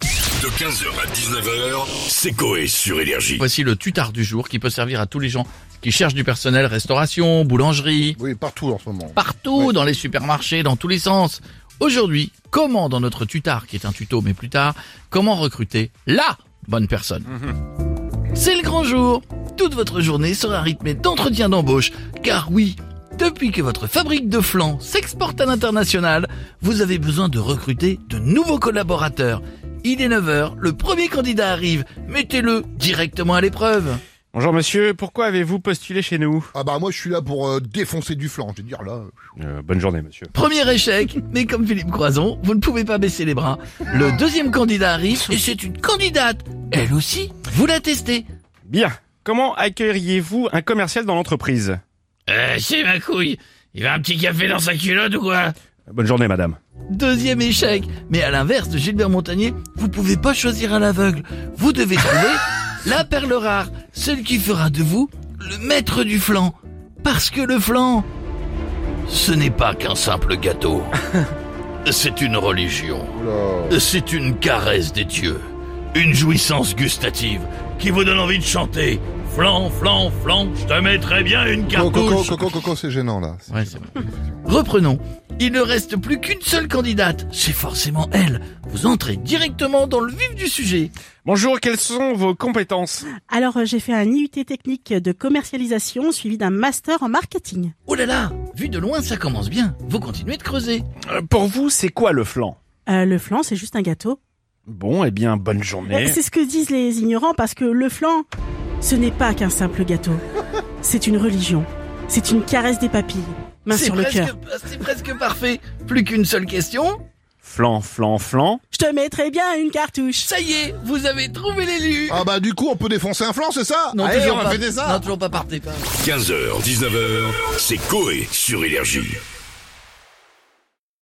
De 15h à 19h, c'est Coé sur Énergie. Voici le tutard du jour qui peut servir à tous les gens qui cherchent du personnel, restauration, boulangerie, Oui, partout en ce moment. partout, dans les supermarchés, dans tous les sens. Aujourd'hui, comment dans notre tutard, qui est un tuto mais plus tard, comment recruter LA bonne personne C'est le grand jour Toute votre journée sera rythmée d'entretiens d'embauche, car oui, depuis que votre fabrique de flancs s'exporte à l'international, vous avez besoin de recruter de nouveaux collaborateurs. Il est 9h, le premier candidat arrive, mettez-le directement à l'épreuve. Bonjour monsieur, pourquoi avez-vous postulé chez nous Ah bah moi je suis là pour euh, défoncer du flanc, je vais dire là. Euh, Bonne journée monsieur. Premier échec, mais comme Philippe Croison, vous ne pouvez pas baisser les bras. Le deuxième candidat arrive et c'est une candidate. Elle aussi, vous la testez. Bien, comment accueilleriez-vous un commercial dans l'entreprise Euh, c'est ma couille. Il a un petit café dans sa culotte ou quoi Euh, Bonne journée madame. Deuxième échec, mais à l'inverse de Gilbert Montagnier, vous pouvez pas choisir à l'aveugle. Vous devez trouver la perle rare, celle qui fera de vous le maître du flan. Parce que le flan, ce n'est pas qu'un simple gâteau. C'est une religion. C'est une caresse des dieux, une jouissance gustative qui vous donne envie de chanter. Flan, flan, flan, je te mettrai bien une Coco, coco, cartouche. coco, coco, c'est gênant là. Ouais, c'est vrai. Reprenons. Il ne reste plus qu'une seule candidate. C'est forcément elle. Vous entrez directement dans le vif du sujet. Bonjour, quelles sont vos compétences Alors euh, j'ai fait un IUT technique de commercialisation suivi d'un master en marketing. Oh là là, vu de loin, ça commence bien. Vous continuez de creuser. Euh, Pour vous, c'est quoi le flan Euh, le flan, c'est juste un gâteau. Bon, eh bien, bonne Euh, journée. C'est ce que disent les ignorants parce que le flan, ce n'est pas qu'un simple gâteau. C'est une religion. C'est une caresse des papilles. Main C'est sur le presque- cœur. C'est presque parfait. Plus qu'une seule question. Flan, flan, flan. Je te mettrai bien une cartouche. Ça y est, vous avez trouvé l'élu. Ah bah du coup on peut défoncer un flanc, c'est ça Allez, on va fêter ça Non, toujours pas, partez pas. 15h, 19h, c'est Coé sur Énergie.